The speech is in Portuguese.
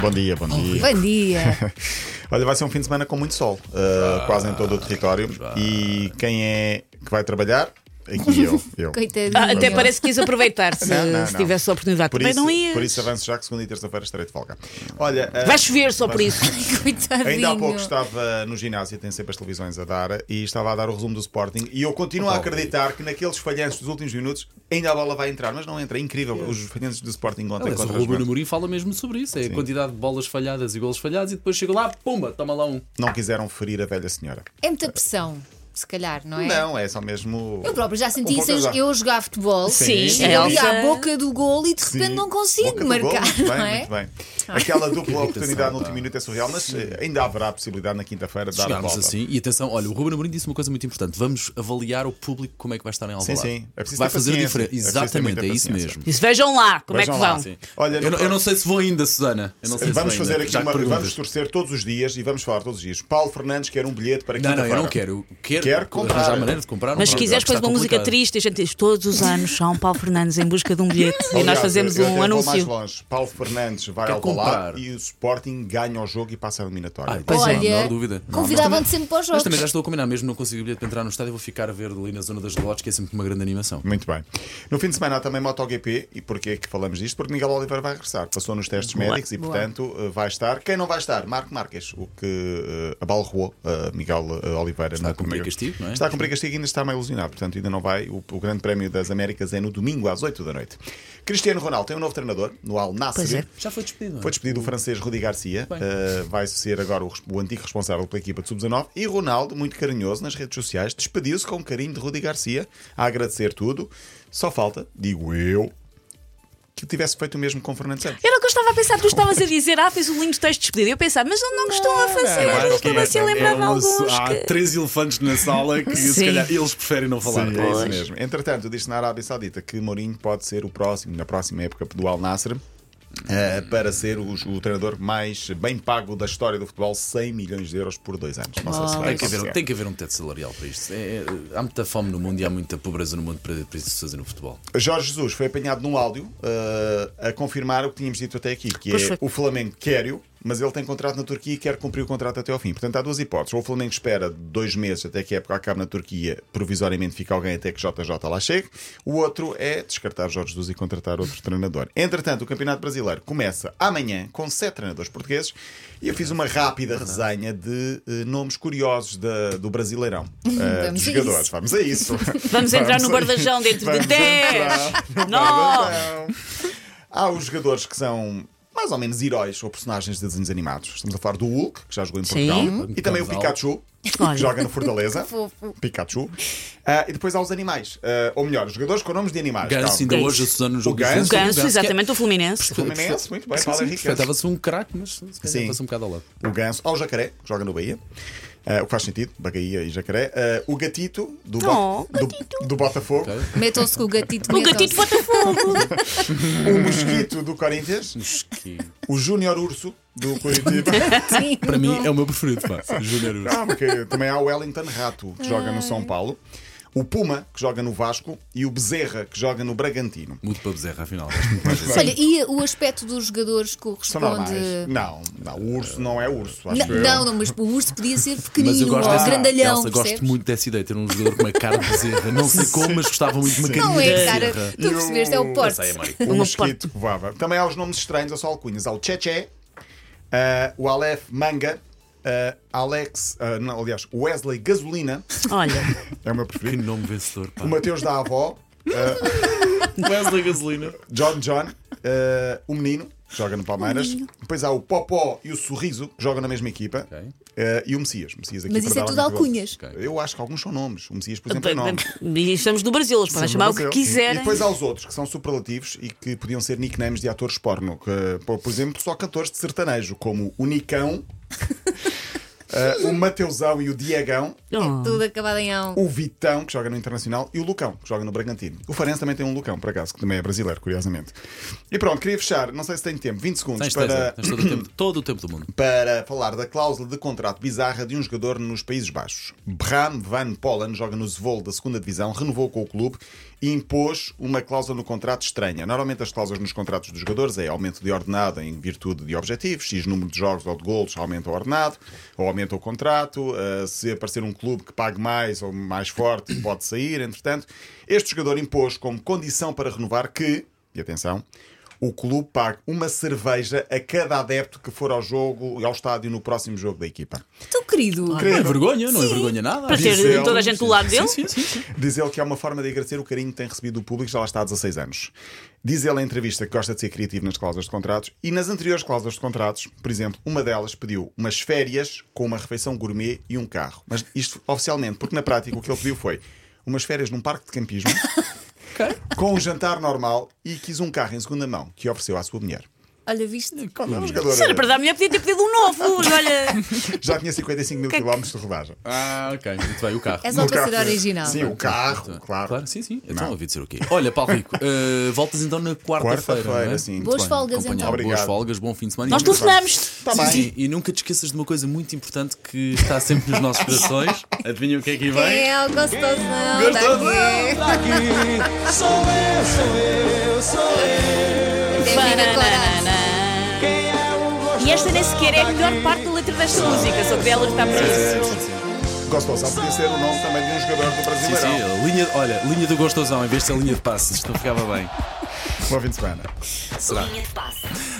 Bom dia, bom dia. Bom dia. Ah, Olha, vai ser um fim de semana com muito sol, uh, quase em todo o território. E quem é que vai trabalhar? Aqui eu. eu. Coitadinho. Ah, até parece que quis aproveitar se, Não, não, se não. tivesse a oportunidade. Por Também isso, não ia. por isso avanço já que segunda e terça-feira estarei de folga. Olha, uh, Vai chover só por Mas- isso. Coitadinho. Ainda há pouco estava no ginásio, tem sempre as televisões a dar, e estava a dar o resumo do Sporting. E eu continuo a acreditar que naqueles falhanços dos últimos minutos ainda a bola vai entrar, mas não entra. É incrível os falhanços do Sporting ontem Aliás, o contra o Ruben Juventus. Amorim fala mesmo sobre isso. É a quantidade de bolas falhadas e golos falhados e depois chega lá, pumba, toma lá um. Não quiseram ferir a velha senhora. É muita pressão, se calhar, não é? Não, é só mesmo. Eu próprio já Um senti pouco isso. azar. Eu jogar futebol, Sim, e eu ia Elsa. à boca do gol e de repente Sim. não consigo Boca do gol, marcar, muito bem, não é? muito bem. Aquela dupla oportunidade no pá. último minuto é surreal, mas eh, ainda haverá a possibilidade na quinta-feira de dar a Chegámos volta. assim. E atenção, olha, o Ruben Amorim disse uma coisa muito importante. Vamos avaliar o público como é que vai estar em Alvalade. Sim, sim. É preciso vai ter fazer a paciência. É diferença. preciso ter Exatamente, muita é isso paciência. mesmo. Isso, vejam lá como é Vejam que lá, vão. sim. Olha, Olha, eu, não- eu não sei se vou ainda, Susana. Eu não sei se Vamos vou fazer ainda, aqui já que uma. perguntas. Vamos torcer todos os dias e vamos falar todos os dias. Paulo Fernandes quer um bilhete para Não, quinta-feira. não, eu não quero. Eu Quero Quer comprar. arranjar maneira de comprar. um Mas se produto. quiseres, Acho que pões está uma música complicado. triste e a gente diz: Todos os anos há um Paulo Fernandes em busca de um bilhete. e nós Aliás, fazemos eu até um vou Mais anúncio. longe. Paulo Fernandes vai Quer ao colar comprar. e o Sporting ganha o jogo e passa a eliminatória. Ai, Pois pois é. é. Olha, Não, não há dúvida. Não, convidavam-te mas também- sempre para os Mas jogos. também já estou a combinar, mesmo não consigo o bilhete para entrar no estádio, vou ficar a ver ali na zona das lotes, que é sempre uma grande animação. Muito bem. No fim de semana há também MotoGP. E porquê é que falamos disto? Porque Miguel Oliveira vai regressar. Passou nos testes médicos e, portanto, eh, vai estar. Quem não vai estar? Marco Marques, o que eh, abalroou eh, Miguel eh, Oliveira. Está a cumprir castigo, não é? Está a cumprir castigo e ainda está meio ilusionado. Portanto, ainda não vai. O, o Grande Prémio das Américas é no domingo às 8 da noite. Cristiano Ronaldo tem um novo treinador no Al Nassr. Pois é. Já foi despedido. não é? Foi despedido o francês Rudi Garcia, eh, vai ser agora o, res- o antigo responsável pela equipa de sub-19. E Ronaldo, muito carinhoso nas redes sociais, despediu-se com carinho de Rudi Garcia, a agradecer tudo. Só falta, digo eu, que tivesse feito o mesmo com Fernando Santos. Era o que eu estava a pensar, tu estavas a dizer, ah, fez um lindo texto de despedida. Eu pensava, mas ele não gostou a fazer, Eu acho ele que estava um assim a é- lembrar é de uma- alguns. ah, Há que- três elefantes na sala que Sim. se calhar eles preferem não falar. Sim, é isso mesmo. Entretanto, diz-se na Arábia Saudita que Mourinho pode ser o próximo, na próxima época do Al Nassr. eh, para ser os- o, treinador mais bem pago da história do futebol, 100 milhões de euros por dois anos. Não sei se é vai Tem que, haver, acontecer. tem que haver um teto salarial para isto. É- é- há muita fome no mundo e há muita pobreza no mundo para, para isso se fazer no futebol. Jorge Jesus foi apanhado num áudio uh, a confirmar o que tínhamos dito até aqui, que Pois é foi. o Flamengo quer-o, mas ele tem contrato na Turquia e quer cumprir o contrato até ao fim. Portanto, há duas hipóteses. Ou o Flamengo espera dois meses até que a época acabe na Turquia, provisoriamente fica alguém até que JJ lá chegue. O outro é descartar Jorge Jesus e contratar outro treinador. Entretanto, o Campeonato Brasileiro começa amanhã com sete treinadores portugueses e eu fiz uma rápida resenha de eh, nomes curiosos da- do Brasileirão. eh, Vamos dos a jogadores. isso. Vamos a isso. Vamos entrar no a- guardajão dentro de Vamos 10, entrar no 9. guardajão. Há os jogadores que são mais ou menos heróis ou personagens de desenhos animados. Estamos a falar do Hulk, que já jogou em Portugal, e também o Pikachu, que joga no Fortaleza. Pikachu. Ah, e depois há os animais. Ah, ou melhor, os jogadores com nomes de animais. Ganso, ainda Ganso. hoje a Susana no jogo Ganso. O do Fluminense, Ganso, que é- exatamente, o Fluminense. Fluminense, muito bem, Sim, Paulo sim, Henrique. Ganso. Estava-se um craque, mas se calhar Sim. estava-se um bocado ao lado. O Ganso. Há o Jacaré, que joga no Bahia. Ah, o que faz sentido, Bahia e Jacaré. Ah, o Gatito, do, Bo- do- do Botafogo. Metam-se com o gatito. O gatito metam-se. Botafogo. O Mosquito, do Corinthians. Que O Júnior Urso, do Curitiba. Sim. para mim é o meu preferido, pá. Júnior Urso. Ah, porque também há o Wellington Rato, que joga no São Paulo, o Puma, que joga no Vasco, e o Bezerra, que joga no Bragantino. Muito para Bezerra, afinal. Acho muito mais Olha, e o aspecto dos jogadores São corresponde. normais. Não, não, o urso não é urso, acho Não, eu. não, não, mas o urso podia ser Mas eu pequenino, gosto ou dessa, grandalhão. Elsa, gosto percebes? muito dessa ideia, ter um jogador com uma cara de bezerra. Não sei como, mas gostava muito de uma carinha Não de é, cara. bezerra. Tu percebeste, é o porte. Sei, Mário. O mosquito voava. Também há os nomes estranhos, ou só alcunhas. Há o Cheche, ah, o Aleph Manga, ah, Alex, ah, não, aliás, o Wesley Gasolina, Olha, é o meu Que preferido, nome vencedor, pá. o Mateus da Avó, Um Wesley Gasolina. John John, eh, o menino, que joga no Um Palmeiras. Depois há o Popó e o Sorriso, que jogam na mesma equipa. Ok. Eh, e o Messias. Messias aqui Mas para isso é dar tudo alguma coisa. alcunhas. Ok. Eu acho que alguns são nomes. O Messias, por exemplo, é nome. e estamos no Brasil, eles podem Sim, chamar o mas que eu- E quiserem. depois há os outros, que são superlativos e que podiam ser nicknames de atores porno. Que, por por exemplo, só cantores de sertanejo, como o Nicão. Ah, o Mateusão e o Diagão, É Oh. Tudo acabado em ão. o Vitão, que joga no Internacional, e o Lucão, que joga no Bragantino. O Farense também tem um Lucão, por acaso, que também é brasileiro, curiosamente. E pronto, queria fechar, não sei se tem tempo, 20 segundos Tens, tens, para, tens todo, o tempo, todo o tempo do mundo. para falar da cláusula de contrato bizarra de um jogador nos Países Baixos. Bram Van Polen joga no Zwolle da segunda Divisão, renovou com o clube e impôs uma cláusula no contrato estranha. Normalmente as cláusulas nos contratos dos jogadores é aumento de ordenado em virtude de objetivos, X número de jogos ou de golos aumenta o ordenado, ou aumenta o contrato, eh, se aparecer um clube que pague mais ou mais forte pode sair, entretanto. Este jogador impôs como condição para renovar que, e atenção, o clube paga uma cerveja a cada adepto que for ao jogo, ao estádio, no próximo jogo da equipa. Tão querido. Não é vergonha, não é vergonha nada. Para Diz ter ele. toda a gente do lado dele. Sim, sim, sim. Diz ele que é uma forma de agradecer o carinho que tem recebido do público, já lá está há 16 anos. Diz ele em entrevista que gosta de ser criativo nas cláusulas de contratos e nas anteriores cláusulas de contratos, por exemplo, uma delas pediu umas férias com uma refeição gourmet e um carro. Mas isto oficialmente, porque na prática o que ele pediu foi umas férias num parque de campismo, com um jantar normal e quis um carro em segunda mão que ofereceu à sua mulher. Olha, viste? Qual é o jogador? Se era para dar melhor, podia ter pedido um novo. Olha, Já tinha 55 mil quilómetros de rodagem. Ah, ok. Muito bem, o carro. É só No para ser carro. original. Sim, o carro, Muito bem. claro. sim, sim. Então ouvi dizer o quê? Olha, Paulo Rico, eh, voltas então na quarta-feira. não Quarta-feira, é? sim. Boas Muito bem. folgas, Acompanhado. então. Obrigado. Boas folgas, bom fim de semana. nós E- telefonamos. Tá Sim, bem. sim, e nunca te esqueças de uma coisa muito importante que está sempre nos nossos corações. Adivinha o que é que aí vem? Quem é o tá gostosão? daqui? Tá daqui. Sou eu, sou eu, sou eu. Até viva coragem. Quem é o gostoso E esta nem sequer é a melhor parte da letra desta música, só queria alertar para isso. Gostosão podia ser o nome também de um jogador do Sim, Brasileirão. sim, a linha, olha, linha do gostosão em vez de ser linha de passes, isto não ficava bem. Bom fim de semana. Será? Linha de passe.